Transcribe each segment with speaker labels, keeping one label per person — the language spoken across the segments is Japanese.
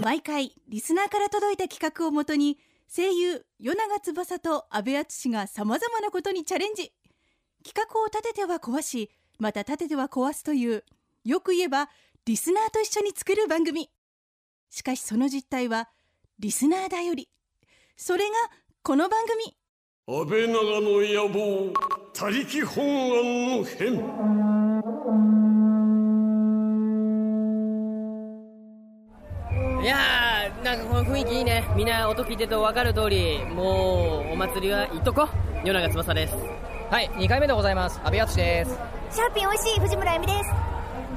Speaker 1: 毎回リスナーから届いた企画をもとに声優与永翼と阿部淳がさまざまなことにチャレンジ企画を立てては壊しまた立てては壊すというよく言えばリスナーと一緒に作る番組しかしその実態はリスナーだよりそれがこの番組
Speaker 2: 安倍長の野望他力本願の変
Speaker 3: いやーなんかこの雰囲気いいねみんな音聞いてると分かる通りもうお祭りは行っとこ夜長翼です
Speaker 4: はい、2回目でございます。阿部敦です。
Speaker 5: シャーピン美味しい藤村恵美です。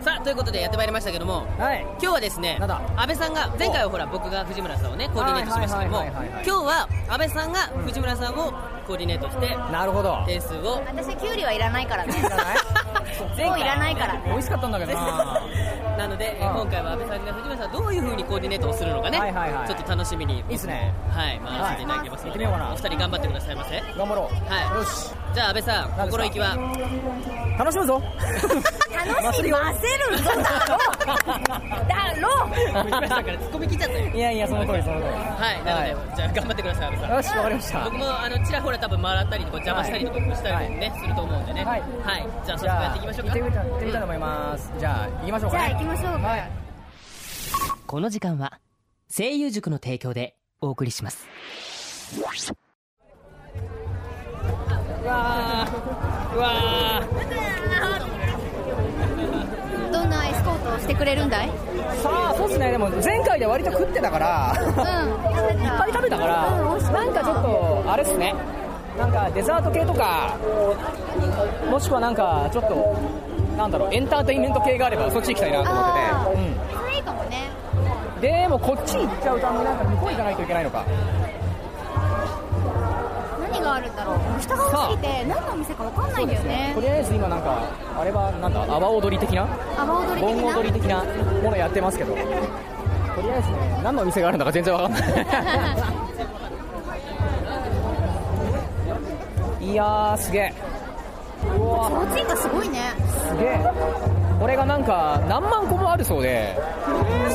Speaker 3: さあということでやってまいりましたけども
Speaker 4: はい。
Speaker 3: 今日はですね
Speaker 4: なんだ
Speaker 3: 安倍さんが前回はほら僕が藤村さんをねコーディネートしましたけども
Speaker 4: はい
Speaker 3: 今
Speaker 4: はいはいはいはい
Speaker 3: 日は安倍さんが藤村さんをコーディネートして
Speaker 4: なるほど。
Speaker 3: 点数を
Speaker 5: 私キュウリはいらない からね。
Speaker 3: 前
Speaker 5: もういら
Speaker 3: 回
Speaker 5: ないから
Speaker 4: 美
Speaker 5: ね。
Speaker 4: 味しかったんだけどな。
Speaker 3: なのでえ
Speaker 4: うん
Speaker 3: 今回は安倍さんが藤村さんどういう風にコーディネートをするのかね
Speaker 4: はいはいはい
Speaker 3: ちょっと楽しみに
Speaker 4: いいっすね。
Speaker 3: はい回らせていただきます
Speaker 4: はい
Speaker 3: ので
Speaker 4: 行ってみようかな
Speaker 3: お二人頑張ってくださいませ
Speaker 4: 頑張ろう。
Speaker 3: はい
Speaker 4: よし。
Speaker 3: じゃあ安倍さん
Speaker 4: 何ですか
Speaker 3: 心意気は
Speaker 4: 楽しむぞ。
Speaker 5: 楽しませるぞだろ。だろ。
Speaker 3: 藤村さんから突っ込み切っちゃったよ
Speaker 4: いやいや、その通り、その通り。
Speaker 3: はい、なので、じゃあ頑張ってください、阿部さん。
Speaker 4: よし、わかりました。
Speaker 3: 僕もあのちらほら多分回ったりとか邪魔したりとかしたりとかね、すると思うんでね。は、
Speaker 4: はいい
Speaker 3: じゃあ早速
Speaker 4: じ
Speaker 3: や
Speaker 4: ゃ
Speaker 3: っ
Speaker 4: あ、
Speaker 3: ていきましょうか。
Speaker 4: 行ってみたい、行ってみたいと思います。じゃあ、行きましょう
Speaker 5: じ
Speaker 4: か
Speaker 5: ゃあ
Speaker 4: ね。
Speaker 5: 行きましょうか。
Speaker 4: はい。
Speaker 3: この時間は声優塾の提供でお送りします。うわー、うわ
Speaker 5: どんなエスコートをしてくれるんだい？うん。
Speaker 4: さあ、そうですね。でも、前回で割と食ってたから、 いっ
Speaker 5: いっ
Speaker 4: ぱい食べたから、なんかちょっと、あれっすね。なんか、デザート系とか、もしくはなんか、ちょっと、なんだろう、エンターテインメント系があれば、そっち行きたいなと思ってて。うん。
Speaker 5: それいいかもね。
Speaker 4: でもこっち行っちゃうとあのなんか向こう行かないといけないのか
Speaker 5: 何があるんだろう。人が多すぎて何のお店かわかんないんだよね
Speaker 4: と。りあえず今なんかあれはなんだ阿波踊り的な
Speaker 5: 阿波踊り的
Speaker 4: 盆
Speaker 5: な。
Speaker 4: 踊り的なものやってますけどとりあえずね何のお店があるんだか全然わかんないいやーすげえうわ
Speaker 5: 提灯がすごいね。
Speaker 4: すげえこれがなんか何万個もあるそうで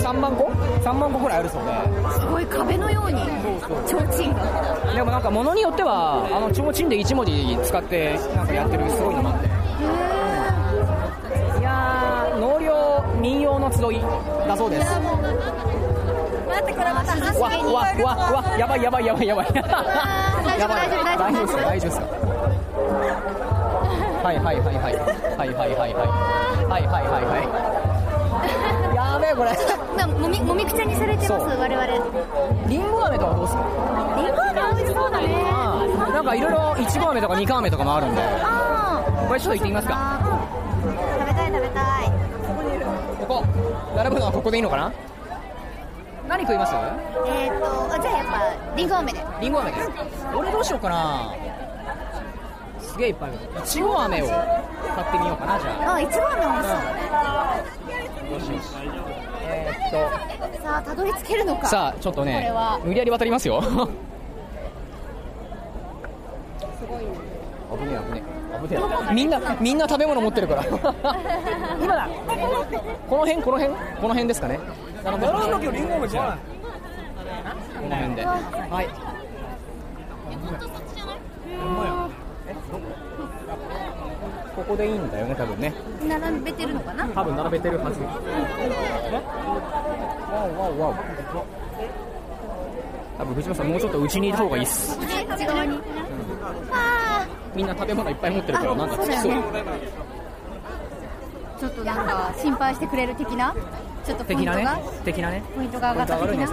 Speaker 4: 3万個 ?3 万個ぐらいあるそうです
Speaker 5: ごい壁のように提灯が。
Speaker 4: でもなんか物によってはあのちょうちんで1文字使ってなんかやってるすごいのもあっていやー農業民謡の集いだそうです
Speaker 5: 待ってこれまた
Speaker 4: うわうわうわうわやばいやばいやばいやばい
Speaker 5: 大 丈夫大丈夫
Speaker 4: 大
Speaker 5: 大
Speaker 4: 丈夫
Speaker 5: 丈夫
Speaker 4: ですか大丈夫ですかはいはいはいはいはいはいはいはいはいはいはいはいやべえこれ
Speaker 5: なもみもみくちゃにされて
Speaker 4: そ
Speaker 5: ま
Speaker 4: う
Speaker 5: す我々
Speaker 4: り
Speaker 5: リンゴ
Speaker 4: んご飴とかどうっすか
Speaker 5: 飴美味しそうだね
Speaker 4: なんかいろいろ一番飴とか二番飴とかもあるんで
Speaker 5: あー
Speaker 4: これちょっと行ってみますか
Speaker 5: 食べたい食べたい
Speaker 4: ここ並ぶのはここでいいのかな何食います
Speaker 5: えーっとあじゃあやっぱリンゴ飴で
Speaker 4: りんご飴です俺どうしようかなすげえいっぱいあるいちご飴を買ってみようかなじゃあ
Speaker 5: あ一番の美味し
Speaker 4: えーっ
Speaker 5: そうさあたどり着けるの
Speaker 4: と
Speaker 5: か
Speaker 4: さあちょっと
Speaker 5: これ
Speaker 4: ね
Speaker 5: は
Speaker 4: 無理やり渡りますよすごいね危ねえ危ねえ危ねえみんなみんな食べ物持ってるから 今だこの辺この辺この辺ですかねなるほどりんご飴じゃこの辺ではいここでいいんだよね多分ね
Speaker 5: 並べてるのかな
Speaker 4: 多分並べてるはずわおわおわお多分藤本さんもうちょっとうちにいた方がいいっす
Speaker 5: ね内側にあ
Speaker 4: みんな食べ物いっぱい持ってるからなんかつき
Speaker 5: そ
Speaker 4: そうう
Speaker 5: だよーちょっとなんか心配してくれる的なちょっとポイン
Speaker 4: 的
Speaker 5: ト
Speaker 4: なね
Speaker 5: が
Speaker 4: 的なね
Speaker 5: ポイントが上がった的な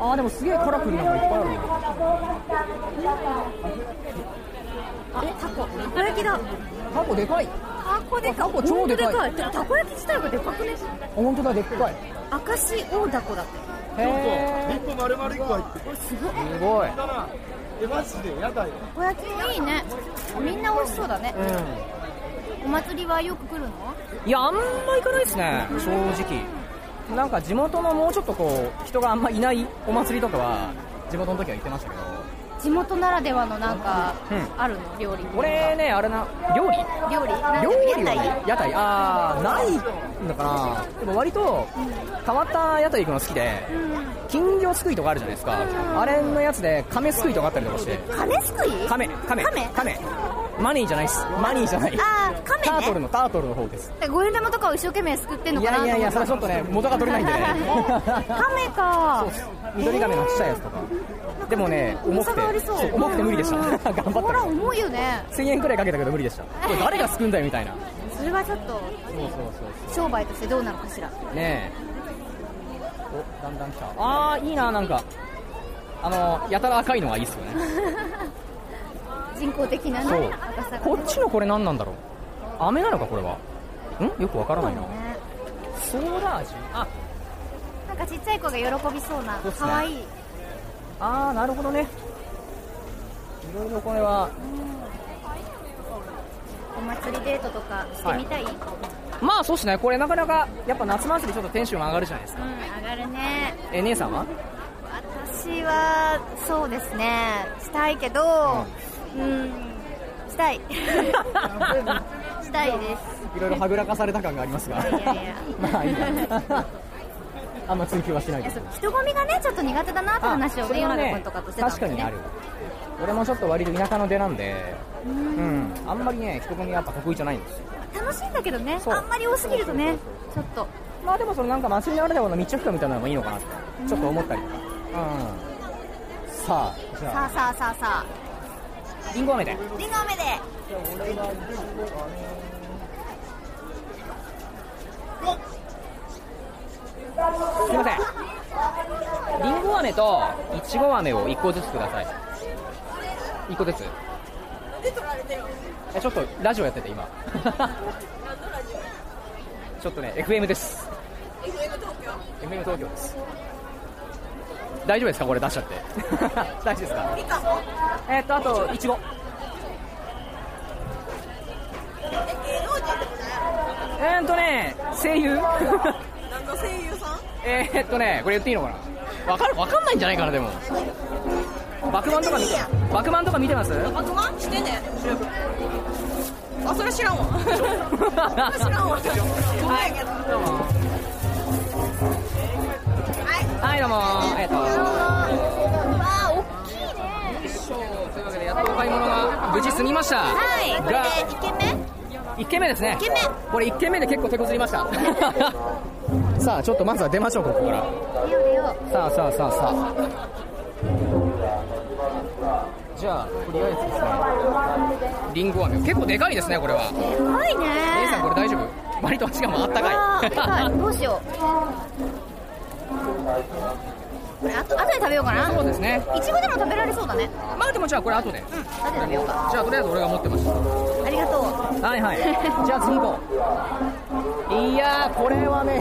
Speaker 4: あーでもすげえカラフルなのがいっぱいあるね
Speaker 5: たこ焼きだ
Speaker 4: タコでかい
Speaker 5: たこで
Speaker 4: あ
Speaker 5: か
Speaker 4: たこ超でかい
Speaker 5: 本当でかたこ焼き自体がでかくね
Speaker 4: あ本当だでっかい
Speaker 5: 明石大だこだって
Speaker 4: へえ
Speaker 6: 1個丸々1個入ってる
Speaker 4: すごい
Speaker 6: えマジでやだよ
Speaker 5: たこ焼きいいねみんな美味しそうだね
Speaker 4: う
Speaker 5: お祭りはよく来るの
Speaker 4: んいやあんま行かないっすね正直なんか地元のもうちょっとこう人があんまいないお祭りとかは地元の時は行ってましたけど
Speaker 5: 地元ならではのなんか
Speaker 4: う
Speaker 5: あるの料理
Speaker 4: 俺ねあれな料理
Speaker 5: 料理なん
Speaker 4: 料
Speaker 5: か
Speaker 4: 理はね屋
Speaker 5: 屋台
Speaker 4: 台ああないのかなでも割と変わった屋台行くの好きで金魚すくいとかあるじゃないですかあれのやつで亀すくいとかあったりとかして
Speaker 5: 金すくい
Speaker 4: 亀亀
Speaker 5: 亀
Speaker 4: 亀マニーじゃないっすマニーじゃない
Speaker 5: あー亀ね
Speaker 4: タートルのタートルの方です
Speaker 5: 五円玉とかを一生懸命すくってんの
Speaker 4: い
Speaker 5: かなと
Speaker 4: やい
Speaker 5: 思
Speaker 4: やいやそれはちょっとね元が取れないんでね
Speaker 5: 亀か
Speaker 4: 緑亀のちっちゃいやつとかでもね重くて
Speaker 5: 重さがありそう
Speaker 4: 重くて無理でした 頑張ったけど
Speaker 5: ほら重いよね
Speaker 4: 1000円くらいかけたけど無理でしたこれ誰がすくんだよみたいな
Speaker 5: それはちょっと
Speaker 4: そうそうそう
Speaker 5: 商売としてどうなのかしら
Speaker 4: ねえおだんだん来たああいいななんかあのやたら赤いのがいいっすよね
Speaker 5: 人工的な
Speaker 4: そう
Speaker 5: ね赤さが
Speaker 4: こっちのこれ何なんだろう飴なのかこれはんよくわからないな
Speaker 5: ね
Speaker 4: ソーダ味あ
Speaker 5: なんかちっちゃい子が喜びそうな
Speaker 4: そうっすね
Speaker 5: 可愛い
Speaker 4: あーなるほどねいろいろこれは
Speaker 5: お祭りデートとかしてみたいうん
Speaker 4: まあそうっすねこれなかなかやっぱ夏祭りちょっとテンション上がるじゃないですか
Speaker 5: 上がるね
Speaker 4: え姉さんは
Speaker 5: 私はそうですねしたいけどうんしたい したいです
Speaker 4: いろいろはぐらかされた感がありますが
Speaker 5: いやいや
Speaker 4: まあいいや あんま追求はしない
Speaker 5: い
Speaker 4: で
Speaker 5: や
Speaker 4: す
Speaker 5: そう人混みがねちょっと苦手だなって話を
Speaker 4: そ
Speaker 5: ね
Speaker 4: れ
Speaker 5: 世
Speaker 4: は
Speaker 5: の
Speaker 4: ね
Speaker 5: 中君とかとしてたんですよね
Speaker 4: 確かにある俺もちょっと割と田舎の出なんでうん、あんまりね人混みやっぱ得意じゃないんですよ
Speaker 5: 楽しいんだけどね
Speaker 4: そう
Speaker 5: あんまり多すぎるとねちょっと
Speaker 4: まあでもそのなんか祭りならではの密着感みたいなのもいいのかなってちょっと思ったりとかうんさあじゃ
Speaker 5: さあさあさあさ
Speaker 4: ありんご飴で
Speaker 5: あリンゴ飴で
Speaker 4: すいませんりんご飴といちご飴を1個ずつください1個ずつえちょっとラジオやってて 今ちょっとね FM です FM 東京 FM 東京です大丈夫ですかこれ出しちゃ って大丈夫ですかえっとあといちごえーっとね声優えー、っとね、これ言っていいのかなわかる、わかんないんじゃないかな、でも。バクマンとか見て、バクマンとか見てます
Speaker 7: 爆満してねあそれ知らんわ知らんわ
Speaker 4: はい、どうもえーっと。わー、大きいね。というわけで、やっとお買い物が無事済みました。
Speaker 5: はいこ
Speaker 4: が、
Speaker 5: れでイケメン
Speaker 4: 一軒目ですね。
Speaker 5: 一軒目
Speaker 4: これ一軒目で結構手こずりま した。さあ、ちょっとまずは出ましょう、ここから。
Speaker 5: 出よう出よ
Speaker 4: さあさあさあさあじゃあとりあえずですねりんご飴結構でかいですねこれは
Speaker 5: うでかいね
Speaker 4: 姉さんこれ大丈夫割としかもあった
Speaker 5: あーでか
Speaker 4: か
Speaker 5: いどうしようこれあと後で食べようかない
Speaker 4: そうですね
Speaker 5: いちごでも食べられそうだね
Speaker 4: まあでもじゃあこれ後で、
Speaker 5: 後で食べようか
Speaker 4: じゃあとりあえず俺が持ってまし
Speaker 5: ありがとう
Speaker 4: たはいはいじゃあ次行こういやーこれはね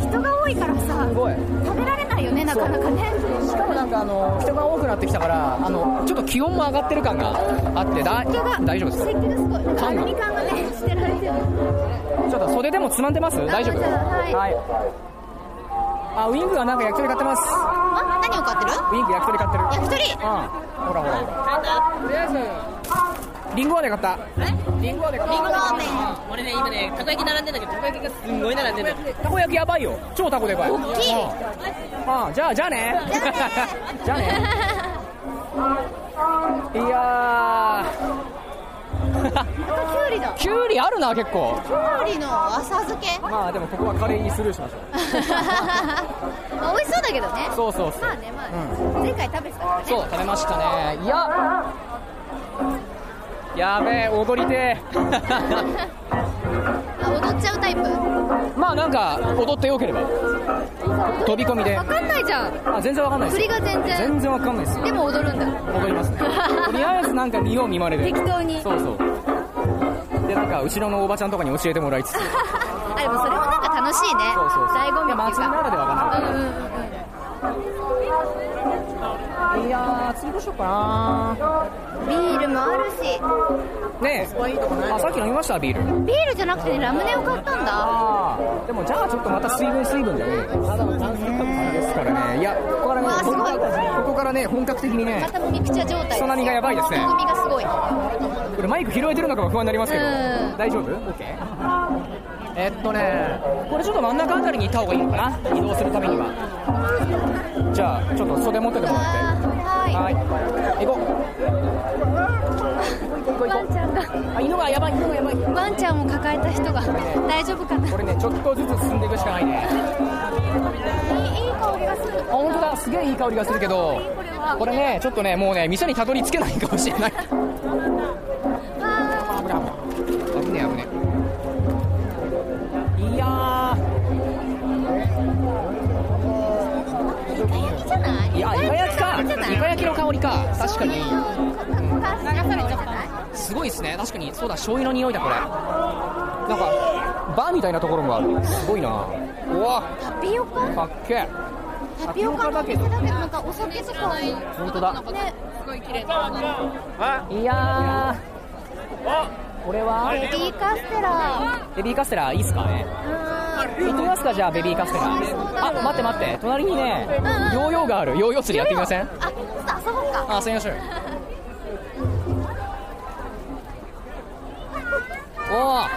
Speaker 5: 人が多いからさ
Speaker 4: すごい
Speaker 5: 食べられないよねなかなかね
Speaker 4: しかもなんかあの人が多くなってきたからあのちょっと気温も上がってる感があってだ
Speaker 5: 湿気が
Speaker 4: 大丈夫です
Speaker 5: 湿気がすごいなんかア
Speaker 4: 缶が
Speaker 5: ルミ缶がねしてられてる
Speaker 4: ちょっと袖でもつまんでます大丈夫
Speaker 5: じゃあはい
Speaker 4: あウィングがなんか焼き鳥買ってます
Speaker 5: あ何を買ってる
Speaker 4: ウィング焼き鳥買ってる
Speaker 5: 焼き鳥
Speaker 4: うんほらほらほらとりあえずリンゴ飴買ったリンゴ飴買った
Speaker 5: リンゴ飴
Speaker 3: 俺ね今ねたこ焼き並んでんだけどたこ焼きがすんごい並んでんだよ
Speaker 4: たこ焼きやばいよ超たこでかい
Speaker 5: きい
Speaker 4: ああじゃあじゃあね じゃあねいや
Speaker 5: またきゅうりだ
Speaker 4: ーきゅうりあるな結構
Speaker 5: きゅうりの浅漬け
Speaker 4: まあでもここはカレーにスルーしましょ
Speaker 5: まあ美味しそうだけどね
Speaker 4: うそうそうそう
Speaker 5: まあねまあね、前回食べてたからね
Speaker 4: そう食べましたねいややべえ踊りてえ
Speaker 5: あ踊っちゃうタイプ
Speaker 4: まあなんか踊ってよければ飛び込みで
Speaker 5: わかんないじゃん
Speaker 4: あ全然わかんないで
Speaker 5: 振
Speaker 4: す
Speaker 5: りが全然
Speaker 4: 全然わかんないです
Speaker 5: でも踊る んだ
Speaker 4: 踊りますねとりあえずなんか見よう見まねで
Speaker 5: 適当に
Speaker 4: そうそうでなんか後ろのおばちゃんとかに教えてもらいつつそう
Speaker 5: あでもそれもなんか楽しいね
Speaker 4: そうそう
Speaker 5: 醍醐味
Speaker 4: いや
Speaker 5: っていう
Speaker 4: 祭りな
Speaker 5: から
Speaker 4: でわかんない
Speaker 5: うんうんうんうん
Speaker 4: いやー次どうしようかな
Speaker 8: ビールもあるし
Speaker 4: ねえあさっき飲みましたビール
Speaker 8: ビールじゃなくて、ね、ラムネを買ったんだ
Speaker 4: ああでもじゃあちょっとまた水分水分だね体の炭水化物ですからねいやここからね
Speaker 8: わあすごい
Speaker 4: 本格ここからね本格的にね
Speaker 5: またもみくちゃ状態です
Speaker 4: 人並みがやばいですね
Speaker 5: 人並みがすごい
Speaker 4: これマイク拾えてるのかが不安になりますけど
Speaker 5: うん
Speaker 4: 大丈夫 ?OK えっとねこれちょっと真ん中あたりに行った方がいいのかな移動するためにはじゃあちょっと袖持っててもらって
Speaker 5: は
Speaker 4: はい行こう行こう
Speaker 5: いワ
Speaker 4: 行
Speaker 5: ン
Speaker 4: こ
Speaker 5: ちゃんが
Speaker 4: うあ犬がやばい犬がやばい
Speaker 5: ワンちゃんを抱えた人が大丈夫かないい
Speaker 4: これねちょっとずつ進んでいくしかないね
Speaker 5: い香りがする
Speaker 4: あ本当だすげえいい香りがするけどこれねちょっとねもうね店にたどり着けないかもしれない
Speaker 5: あ
Speaker 4: 危ねえ危ねえいや
Speaker 5: ーイカ焼きじゃない
Speaker 4: ーいやイカ焼きかイカ焼きの香りか確かにすごいですね確かにそうだ醤油の匂いだこれなんかバーみたいなところもあるすごいなうわ
Speaker 5: タピオカ
Speaker 4: かっけえ
Speaker 5: タピオカのお店だけどなんかお酒とか
Speaker 4: 本当だ
Speaker 5: ね
Speaker 4: いやーこれは
Speaker 5: ベビーカステラ
Speaker 4: ベビーカステラいいっすかね行ってみますかじゃあベビーカステラあ待って待って隣にねヨーヨーがあるヨーヨー釣りやってみません
Speaker 5: あちょっと遊ぼうか
Speaker 4: あ、すみません。おお。うわ、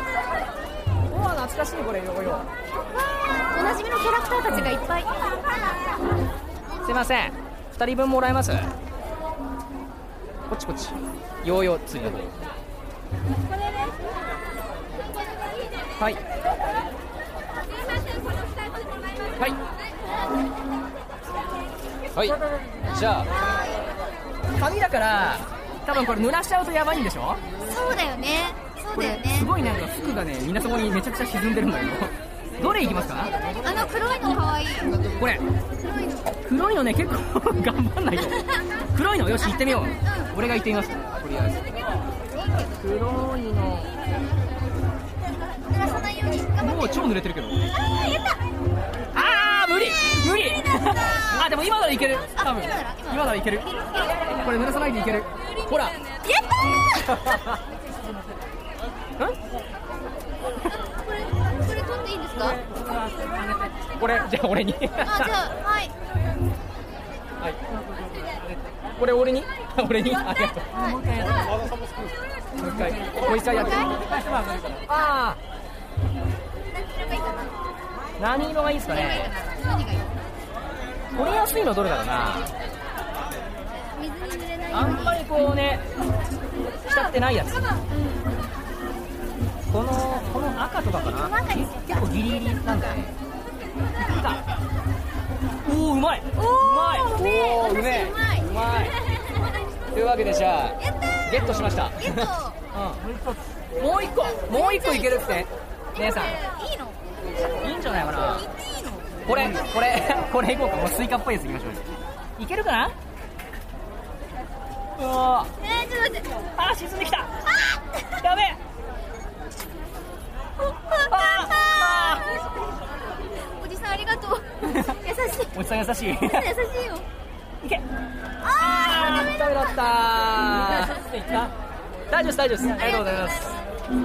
Speaker 4: 懐かしい、これ、ヨーヨー。
Speaker 5: おなじみのキャラクターたちがいっぱい
Speaker 4: すみません。二人分もらえます。こっちこっち。ヨーヨー、ついの方。はい。はい。はい。じゃあ。紙だから。多分これ濡らしちゃうとやばいんでしょ
Speaker 5: そうだよねそうだよ
Speaker 4: す
Speaker 5: ね
Speaker 4: ごいなんか服がね、みんなそこにめちゃくちゃ沈んでるんだけど。どれいきますか
Speaker 5: あの黒いの可愛い
Speaker 4: これ。
Speaker 5: 黒いの
Speaker 4: 黒いのね、結構 頑張んないと。黒いの、よし、行ってみよう。俺が行ってみます。とりあえず。黒いの。
Speaker 5: 濡らさないように頑張って
Speaker 4: もう超濡れてるけど。
Speaker 5: あー やった
Speaker 4: あー、無理無理あ、でも今ならいける。多分
Speaker 5: 今なら。
Speaker 4: 今ならいける。これ濡らさないでいける。ほら。
Speaker 5: やった
Speaker 4: ん
Speaker 5: ーこれこれ取っていいんですか
Speaker 4: これ、じゃあ俺に。
Speaker 5: あじゃあはい
Speaker 4: はい。これ俺に俺にありがとう。もう一回。もう一回やって。ああ。何色がいいですかね。
Speaker 5: 何がいい
Speaker 4: 取りやすいのどれだろうな。
Speaker 5: 水に濡れない
Speaker 4: あんまりこうね、浸ってないやつ。この、この赤とかかな。
Speaker 5: 中に
Speaker 4: 結構ギリギリなんだね。いったおお、うまい。うまい。おお、うめえ。うまい。というわけでじゃあ、
Speaker 5: やったー
Speaker 4: ゲットしました。
Speaker 5: ゲット
Speaker 4: うんもう一個もう一個いけるって姉さん
Speaker 5: いいの
Speaker 4: いいんじゃないかない
Speaker 5: いの
Speaker 4: これこれこれいこうかもうスイカっぽいやついきましょういけるかなうわ
Speaker 5: えー、ちょっと待って
Speaker 4: あー沈んできた
Speaker 5: あー
Speaker 4: やべえ
Speaker 5: あおじさんありがとう優しい
Speaker 4: おじさん優しい
Speaker 5: 優しいよ
Speaker 4: いけ
Speaker 5: あ
Speaker 4: ダメだった大丈夫です大丈夫ですありがとうございます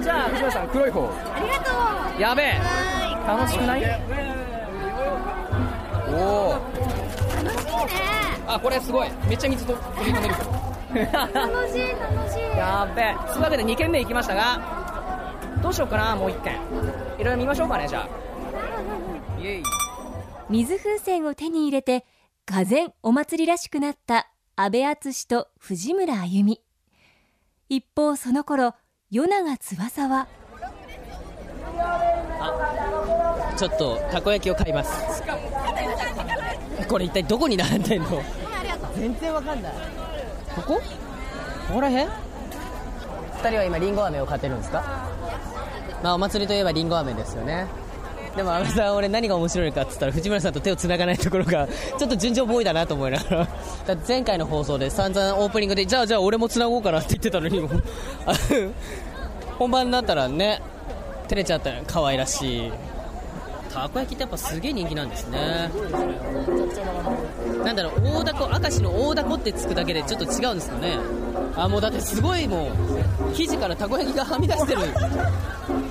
Speaker 4: じゃあ藤村さん黒い方
Speaker 5: ーありがとう
Speaker 4: やべえ
Speaker 5: は
Speaker 4: 楽しくないおお
Speaker 5: ーい楽しい
Speaker 4: あこれすごいめっちゃ水と水飲めるけ
Speaker 5: ね
Speaker 4: ど
Speaker 5: 楽しい楽しい
Speaker 4: やっべえというわけで2軒目行きましたがどうしようかなもう1軒いろいろ見ましょうかねじゃあイエイ
Speaker 9: 水風船を手に入れて俄然お祭りらしくなった安倍敦と藤村あゆみ一方その頃与永翼は
Speaker 3: ちょっとたこ焼きを買いますこれ一体どこに並んでんの
Speaker 10: 全然わかんない
Speaker 3: ここここら辺二人は今りんご飴を買ってるんですかまあお祭りといえばりんご飴ですよねでも阿部さん俺何が面白いかっつったら藤村さんと手をつながないところがちょっと順調ボーイだなと思いながらだって前回の放送で散々オープニングでじゃあじゃあ俺もつなごうかなって言ってたのにも うあ本番になったらね照れちゃったよ可愛らしいたこ焼きってやっぱすげえ人気なんですねなんだろう大凧明石の大凧ってつくだけでちょっと違うんですかねあもうだってすごいもう生地からたこ焼きがはみ出してる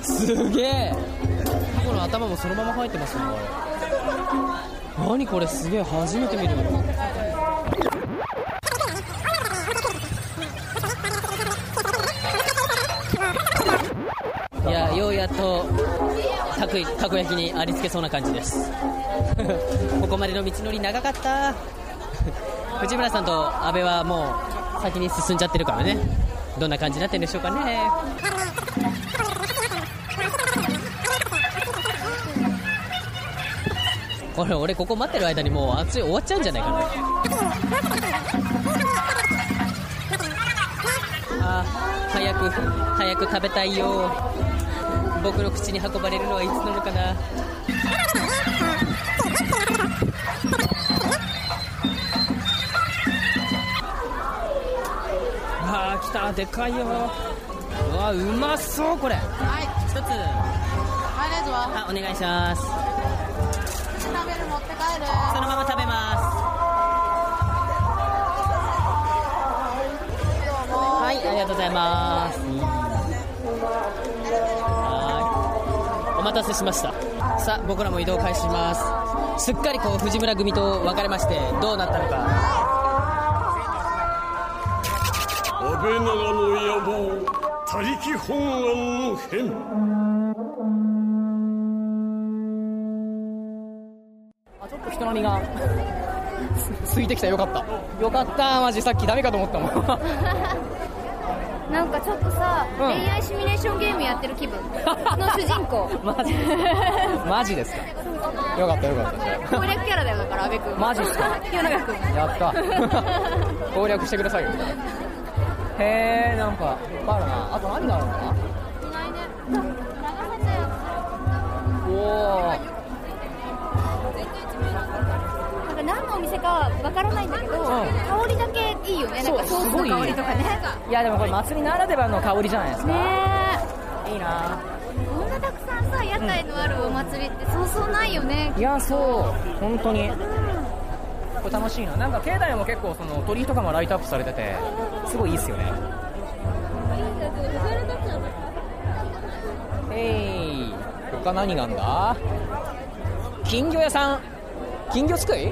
Speaker 3: すげえタコの頭もそのまま入ってますねあれ何これすげえ初めて見るいやようやっとたこたこ焼きにありつけそうな感じです ここまでの道のり長かった 藤村さんと阿部はもう先に進んじゃってるからねどんな感じになってるんでしょうかね これ俺ここ待ってる間にもう暑い終わっちゃうんじゃないかな あー早く早く食べたいよ僕の口に運ばれるのはいつなのかなあー来たでかいようわうまそうこれはい一つ
Speaker 11: マヨネーズは
Speaker 3: あお願いします
Speaker 11: 食べる持って帰る
Speaker 3: そのまま食べますはいありがとうございますはいお待たせしましたさあ僕らも移動開始しますすっかりこう藤村組と別れましてどうなったのか
Speaker 2: 安倍長の野望他力本願の変
Speaker 4: ちょっと人の身がついてきたよかったよかったマジさっきダメかと思ったもん
Speaker 5: なんかちょっとさ、
Speaker 4: うん
Speaker 5: 恋愛シミュレーションゲームやってる 気分の主人公
Speaker 4: マジ マジですかよかったよかっ
Speaker 5: 攻略キャラだよだから阿部君
Speaker 4: マジっす か
Speaker 5: 世の中君
Speaker 4: たやった 攻略してくださいよへえんかいっぱいあるなあと何があるのか
Speaker 5: いないね長畑や
Speaker 4: なおー
Speaker 5: なんか何のお店かわからないんだけど、香りだけいいよねなんかソースの香りとかね
Speaker 4: いやでもこれ祭りならではの香りじゃないですか
Speaker 5: ね
Speaker 4: いいな
Speaker 5: えこんなたくさんさ屋台のあるお祭りってそうそうないよね
Speaker 4: いやそう本当にこれ楽しいななんか境内も結構その鳥居とかもライトアップされててすごいいいっすよねえい他何があんだ金魚屋さん金魚すくい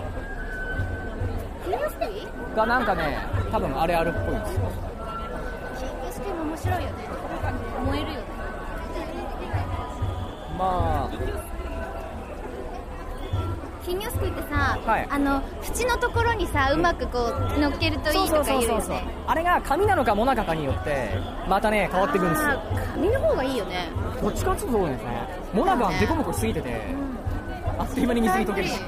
Speaker 5: 金魚すくい金
Speaker 4: がなんかね多分あれあるっぽいんですよ
Speaker 5: 魚すくいも面白いよね燃えるよね
Speaker 4: ま
Speaker 5: 金魚すくいってさ、
Speaker 4: はい
Speaker 5: あの縁のところにさうまくこう乗っける
Speaker 4: あ
Speaker 5: といいとか言うよね
Speaker 4: あれが紙なのかモナカかによってまたね変わってくるんですよ
Speaker 5: あー紙の方がいいよね
Speaker 4: こっちからちょっとそうですねモナカデコボコしすぎててあっという間に水に溶けるしこ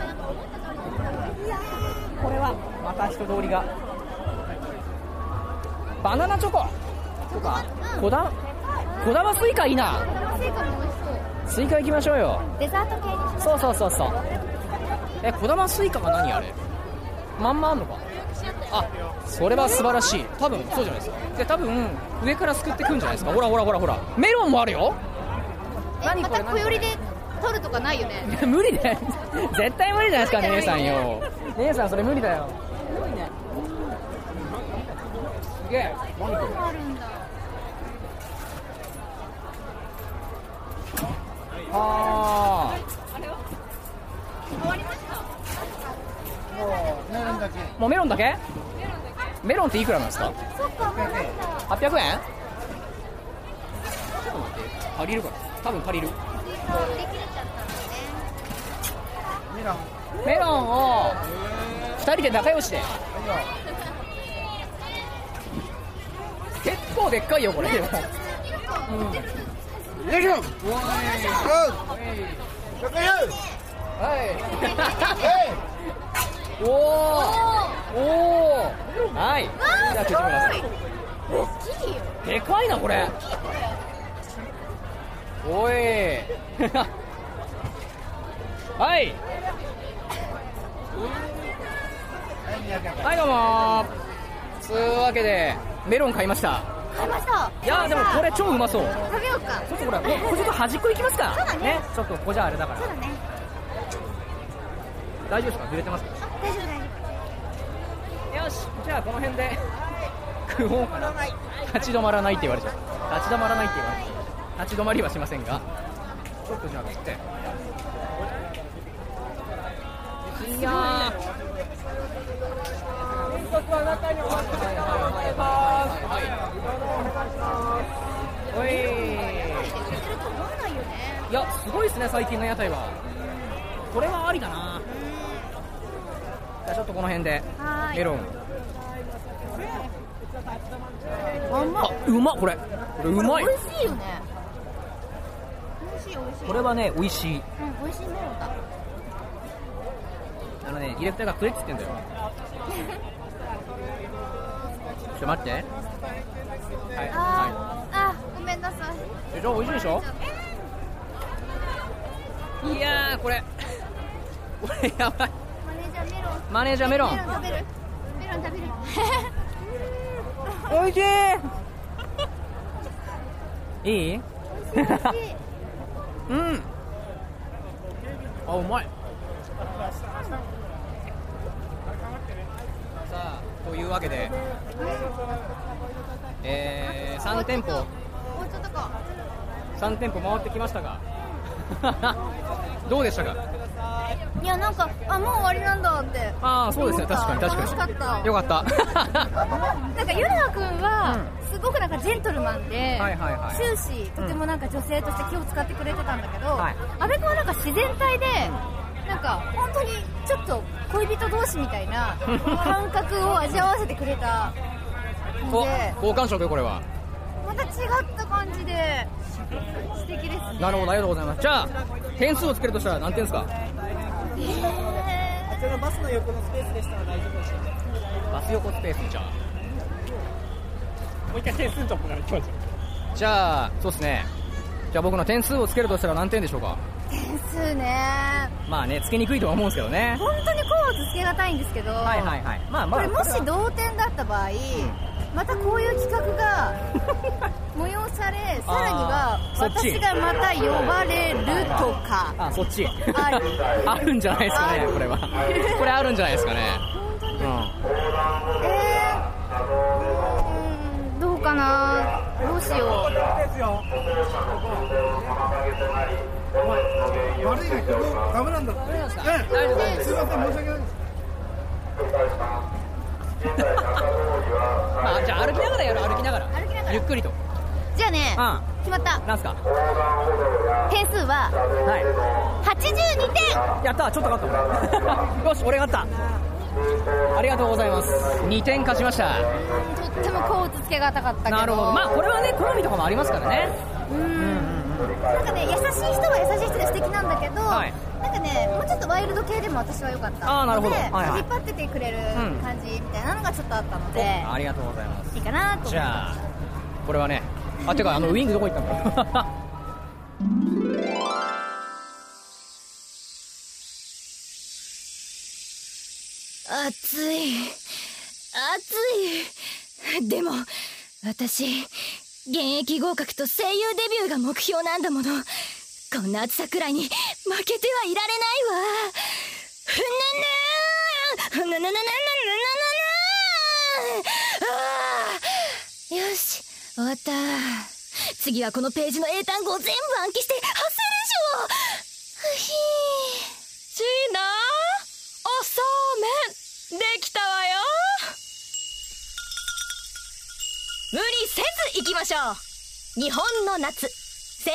Speaker 4: れはまた人通りがバナナチョコとかこだこだまスイカいいな
Speaker 5: 成果も美味し
Speaker 4: スイカ行きましょうよ
Speaker 5: そうデザート系にし
Speaker 4: そうそうそうそうえこだまスイカが何あれまんまあんのかあそれは素晴らしい多分そうじゃないですかで多分上からすくってくんじゃないですかほらほらほらほらメロンもあるよ
Speaker 5: えまた小寄りで取るとかないよね
Speaker 4: 無理だよ絶対無理じゃないですか姉さんよ姉さんそれ無理だよすげえ何これ
Speaker 5: あるんだ
Speaker 4: ああもうメロンだけメロンっていくらなんですか800円ちょっと待って足りるかな多分足りるメロンを2人で仲良しで結構でっかいよこれでも
Speaker 12: レジョン
Speaker 4: はい。おお。おお。はい。じゃあ、藤村さん。でかいな、これ。おい。はい。はい、どうも。つうわけで、メロン買いました。
Speaker 5: ました
Speaker 4: いやーでもこれ超うまそう
Speaker 5: 食べようか
Speaker 4: ちょっとこれもうこれちょっと端っこ行きますか
Speaker 5: そうだね
Speaker 4: ちょっとここじゃあれだか
Speaker 5: そう
Speaker 4: ら
Speaker 5: だね
Speaker 4: 大丈夫ですか揺れてますか
Speaker 5: 大丈夫大丈
Speaker 4: よしじゃあこの辺で食おうかな立ち止まらないって言われちゃう立ち止まらないって言われちゃう立ち止まりはしませんがちょっとじゃあ食っていやー
Speaker 5: 夫すると思わないよね
Speaker 4: いやすごいですね最近の屋台はこれはありだなじゃあちょっとこの辺で
Speaker 5: はー
Speaker 4: メ
Speaker 5: い
Speaker 4: ロンあうまっこれこれうまい
Speaker 5: 美味しいよね美味しい美味しい
Speaker 4: これはね美味しい
Speaker 5: うん美味しいメロンだ
Speaker 4: あのねディレクターがくれっつってんだ よちょっと待ってはいは
Speaker 5: あーあごめんなさい
Speaker 4: いでしょ美味しいでしょいやーこれこれやばい
Speaker 5: マネージャーメロン
Speaker 4: マネージャーメロン
Speaker 5: メロン食べるメロン食べる
Speaker 4: おいしいいい
Speaker 5: 美味しい
Speaker 4: うんあうまいさあというわけでえー、3店 舗
Speaker 5: もうちょっとか
Speaker 4: 3店舗回ってきました がどうでしたか
Speaker 5: いやなんかあもう終わりなんだって
Speaker 4: ああそうですね確かに確かに
Speaker 5: 楽しかった
Speaker 4: よかった
Speaker 5: なんかヨナ君はすごくなんかジェントルマンで、
Speaker 4: はいはいはい
Speaker 5: 終始とてもなんか女性として気を使ってくれてたんだけど、
Speaker 4: はい
Speaker 5: 阿部君はなんか自然体で、なんか本当にちょっと恋人同士みたい な感覚を味わわせてくれたの
Speaker 4: お
Speaker 5: で
Speaker 4: 好感触よこれは
Speaker 5: また違った感じで素敵ですね
Speaker 4: なるほどありがとうございますじゃあ点数をつけるとしたら何点ですか
Speaker 5: え
Speaker 6: ちらバスの横のスペースでしたら大丈夫ですよ
Speaker 4: バス横スペースじゃあ
Speaker 6: もう一回点数とこから行きましょ
Speaker 4: じゃあそうですねじゃあ僕の点数をつけるとしたら何点でしょうか
Speaker 5: ー点数ね
Speaker 4: まあねつけにくいとは思うんですけどね
Speaker 5: 本当にこうつけがたいんですけど、
Speaker 4: はいはいはいまあま
Speaker 5: こ
Speaker 4: あ
Speaker 5: れもし同点だった場合、またこういう企画が催され さらには
Speaker 4: あーそっち
Speaker 5: 私がまた呼ばれるとか
Speaker 4: あそっち
Speaker 5: あり
Speaker 4: あるんじゃないですかねこれはこれあるんじゃないですかねうん
Speaker 5: えー、うーんどうかなどうしよう
Speaker 6: う悪いねここダメなんだって
Speaker 4: 大丈夫
Speaker 6: うんすいません申し訳ないです
Speaker 4: まあじゃあ歩きながらやる歩きながら
Speaker 5: 歩きながら
Speaker 4: ゆっくりと
Speaker 5: じゃあね
Speaker 4: うん
Speaker 5: 決まった
Speaker 4: なんすか
Speaker 5: 点数は
Speaker 4: は
Speaker 5: 82点
Speaker 4: いやったちょっと勝った俺 よし俺勝ったありがとうございます2点勝ちました
Speaker 5: とってもこうつけがたかったけど
Speaker 4: なるほどまあこれはね好みとかもありますからね
Speaker 5: なんかね優しい人は優しい人で素敵なんだけど、
Speaker 4: はい
Speaker 5: なんかねもうちょっとワイルド系でも私は良かった
Speaker 4: あーなるほど
Speaker 5: ので、
Speaker 4: はいはい
Speaker 5: 引っ張っててくれる感じみたいなのがちょっとあったので、
Speaker 4: ありがとうございます
Speaker 5: いいかなと思って
Speaker 4: じゃあこれはねあてかあのウィングどこ行ったんだ
Speaker 9: 暑い暑いでも私現役合格と声優デビューが目標なんだものこんな暑さくらいに負けてはいられないわふぬぬーふぬぬぬぬぬぬぬぬあーよし終わった次はこのページの英単語を全部暗記して発声練習をひー
Speaker 13: シーナおそうめんできたわよ
Speaker 9: 無理せず行きましょう日本の夏声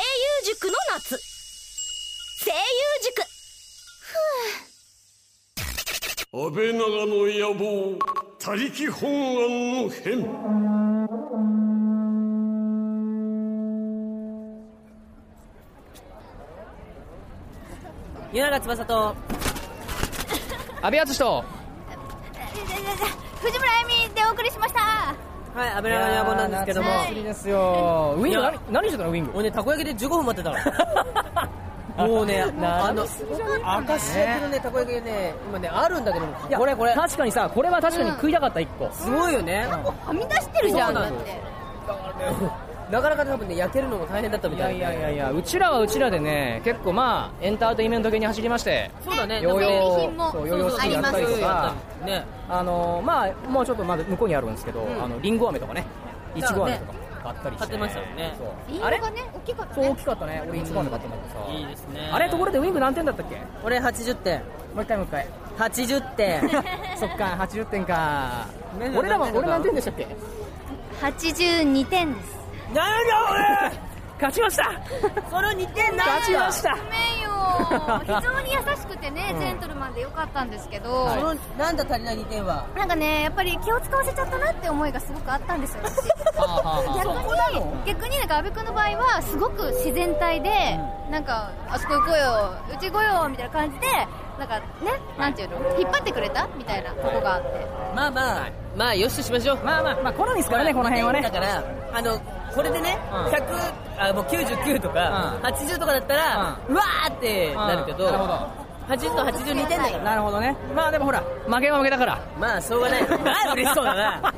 Speaker 9: 優塾の夏声優塾
Speaker 2: 安倍長の野望他力本願の変
Speaker 3: 湯永翼と
Speaker 4: 阿部淳と
Speaker 5: 藤村あゆみでお送りしました
Speaker 3: はい油の野望なんですけども
Speaker 5: いやー
Speaker 4: 釣りですよウィング何何してたのウィング
Speaker 3: 俺ねたこ焼きで15分待ってた のもうねあの明石焼きのねたこ焼きね今ねあるんだけども
Speaker 4: いや
Speaker 3: これこれ
Speaker 4: 確かにさこれは確かに食いたかった一個、
Speaker 3: すごいよね
Speaker 5: はみ出してるじゃん
Speaker 3: そう
Speaker 5: だ
Speaker 3: な
Speaker 5: っ
Speaker 3: の
Speaker 5: て
Speaker 4: あれなかなか多分ね焼けるのも大変だったみたいいやいやいやいやうちらはうちらでね結構まあエンターテインメント系に走りまして
Speaker 14: そうだね
Speaker 4: ヨーヨ
Speaker 14: なんか景品
Speaker 4: ー
Speaker 14: も
Speaker 4: そうヨーヨー式やったりと
Speaker 14: そうそうあ
Speaker 4: かねあのーまあもうちょっとまだ向こうにあるんですけど、あのリンゴ飴とかねいちご飴とか買ったりして、
Speaker 14: 買ってましたよね
Speaker 4: そう
Speaker 15: リンゴがね大きかったね
Speaker 4: 大きかったね俺いちご飴買ったんだけどさ、
Speaker 14: いいですね
Speaker 4: あれところでウィング何点だったっけ
Speaker 3: 俺80点
Speaker 4: もう一回もう一回
Speaker 3: 80点
Speaker 4: そっか80点か
Speaker 3: メガ
Speaker 4: 俺らも
Speaker 3: メガ
Speaker 4: 俺何点でしたっけ
Speaker 5: 82点です
Speaker 4: なんだ俺勝ちました
Speaker 3: その2点
Speaker 5: なんだ
Speaker 4: 勝ちました
Speaker 5: ごめんよ非常に優しくてね、
Speaker 3: うん
Speaker 5: ジェントルマンでよかったんですけど、
Speaker 3: そのなんだ足りない2点は
Speaker 5: なんかねやっぱり気を使わせちゃったなって思いがすごくあったんですよ 私逆に逆になんか阿部君の場合はすごく自然体で、なんかあそこ行こうようち行こうよみたいな感じでなんかねなんていうの引っ張ってくれたみたいなとこがあって
Speaker 3: まあまあまあよしとしましょう
Speaker 4: まあまあまあ好みですからねこの辺はね
Speaker 3: だからあのこれでね、
Speaker 4: うん
Speaker 3: 100あもう99とか、80とかだったら、うわーってなるけど,、
Speaker 4: うんなるほど
Speaker 3: 80と82点だから
Speaker 4: なるほどねまあでもほら負けは負けだから
Speaker 3: まあしょうがないまあ嬉しそうだな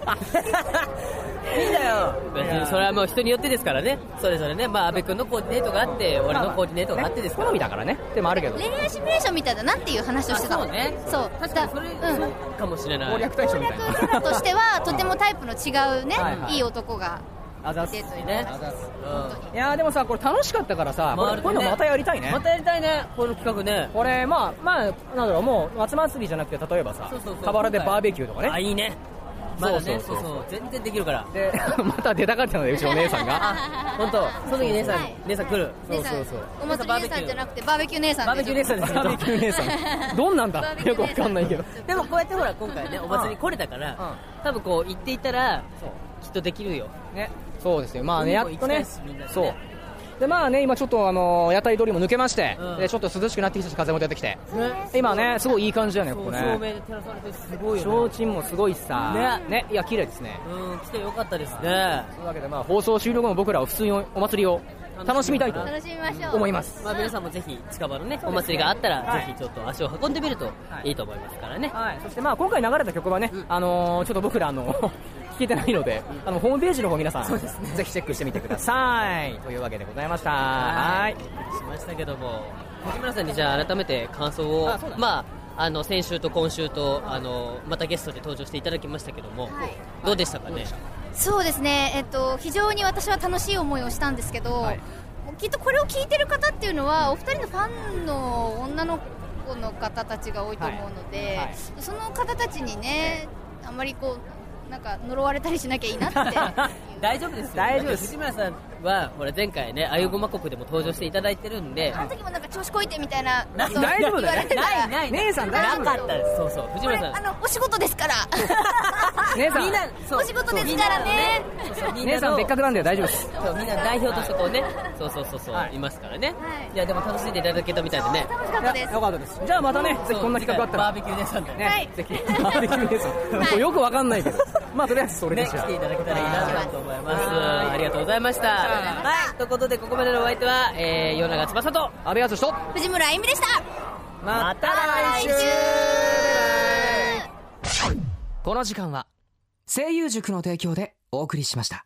Speaker 3: いいんだよ別にそれはもう人によってですからねそれぞれねまあ阿部君のコーディネートがあって俺のコーディネートがあってですから好み
Speaker 4: だからねでもあるけど
Speaker 5: 恋愛シミュレーションみたいだなっていう話をしてたそうねそう確かにそれ、うん、
Speaker 3: かもしれない
Speaker 4: 攻略対象みたいな
Speaker 5: としてはとてもタイプの違うね、
Speaker 4: はい
Speaker 5: い
Speaker 4: はい
Speaker 5: い、男が
Speaker 4: あざっす
Speaker 5: いてという
Speaker 3: ね
Speaker 4: いやーでもさこれ楽しかったからさ、
Speaker 3: まあ
Speaker 4: こういうのまたやりたいね
Speaker 3: またやりたいねこの企画ね
Speaker 4: これまあまあなんだろうもう夏祭りじゃなくて例えばさ
Speaker 3: そうそうそう
Speaker 4: 河原でバーベキューとかね
Speaker 3: あいいねまだね
Speaker 4: そ
Speaker 3: そうう
Speaker 4: そうそう
Speaker 3: そう全然できるから
Speaker 4: で また出たかったのでうちお姉さんが
Speaker 3: 本当その時姉さん姉さん来る
Speaker 4: そうそうそう
Speaker 5: お祭り姉さんじゃなくてバーベキュー姉さんバーベキュー姉さん
Speaker 4: バーベキュー姉さんどんなん
Speaker 5: バー
Speaker 4: だ
Speaker 5: ベキュ
Speaker 4: よ
Speaker 5: ー姉さん
Speaker 4: くわかんないけど
Speaker 3: でもこうやってほら今回ねお祭りに来れたから多分こう行っていたらきっとできるよ
Speaker 4: ねそうですよまあねやっと
Speaker 3: 海も行
Speaker 4: ね
Speaker 3: きたいしみんなでね
Speaker 4: そうでまあね今ちょっとあの屋台通りも抜けまして、
Speaker 3: うん
Speaker 4: でちょっと涼しくなってきたし風も出てきて、
Speaker 3: ね
Speaker 4: 今ねすごいいい感じだよねここ
Speaker 3: 照明
Speaker 4: ね
Speaker 3: で照らされてすごいよ
Speaker 4: 提灯もすごいしさねいや綺麗ですね
Speaker 3: うん来てよかったですね
Speaker 4: というわけでまあ放送終了後も僕らは普通にお祭りを楽しみたいと
Speaker 3: 楽
Speaker 5: しみましょ
Speaker 4: う思います
Speaker 3: まあ皆さんもぜひ近場のねお祭りがあった
Speaker 4: は
Speaker 3: ら
Speaker 4: い
Speaker 3: ぜひちょっと足を運んでみるといいと思いますからね
Speaker 4: はいそしてまあ今回流れた曲はね、あのーちょっと僕らあ の聞けてないのであのホームページの方皆さんぜひチェックしてみてくださいというわけでございましたはい
Speaker 3: しましたけども藤村さんにじゃあ改めて感想を
Speaker 4: あそうだね
Speaker 3: まああの先週と今週とあのまたゲストで登場していただきましたけどもどうでしたかね
Speaker 5: そうですね、えっと、非常に私は楽しい思いをしたんですけど、きっとこれを聞いてる方っていうのは、お二人のファンの女の子の方たちが多いと思うので、
Speaker 16: はいはい
Speaker 5: その方たちにね、あまりこう、なんか呪われたりしなきゃいいな って、
Speaker 3: 大丈夫ですよ大丈夫藤村さんはほら前回ねあゆごま国でも登場していただいてるんで
Speaker 5: あの時もなんか調子こいてみたいな、
Speaker 3: な
Speaker 5: そう
Speaker 3: 大丈夫だよ
Speaker 5: 言われてたら
Speaker 3: ないない
Speaker 5: 大丈夫
Speaker 3: なかったですそうそう藤村さん
Speaker 5: これあのお仕事で すから
Speaker 4: 姉さんみんな
Speaker 5: お仕事ですからね
Speaker 4: 姉さん別格なんで大丈夫です
Speaker 3: そうみんな代表としてこうねそうそうそうそう、い、ますからね、い、やでも楽しんでいただけたみたいでね
Speaker 5: 楽しかったです
Speaker 4: よかったですじゃあまたねぜひこんな企画あったら
Speaker 3: バーベキュー姉さんでね、
Speaker 4: はい
Speaker 3: ぜひ
Speaker 4: バーベキュー姉さん、 もうよくわかんないけどまあとりあえずそれで
Speaker 3: ね、
Speaker 4: し
Speaker 3: 来
Speaker 4: た
Speaker 3: ていただけたらいいなと思います
Speaker 4: はい
Speaker 3: ありがとうございましたはいということでここまでのお相手は、えー、与永翼と
Speaker 4: 阿部淳と
Speaker 5: 藤村あゆみでした
Speaker 4: また来週この時間は声優塾の提供でお送りしました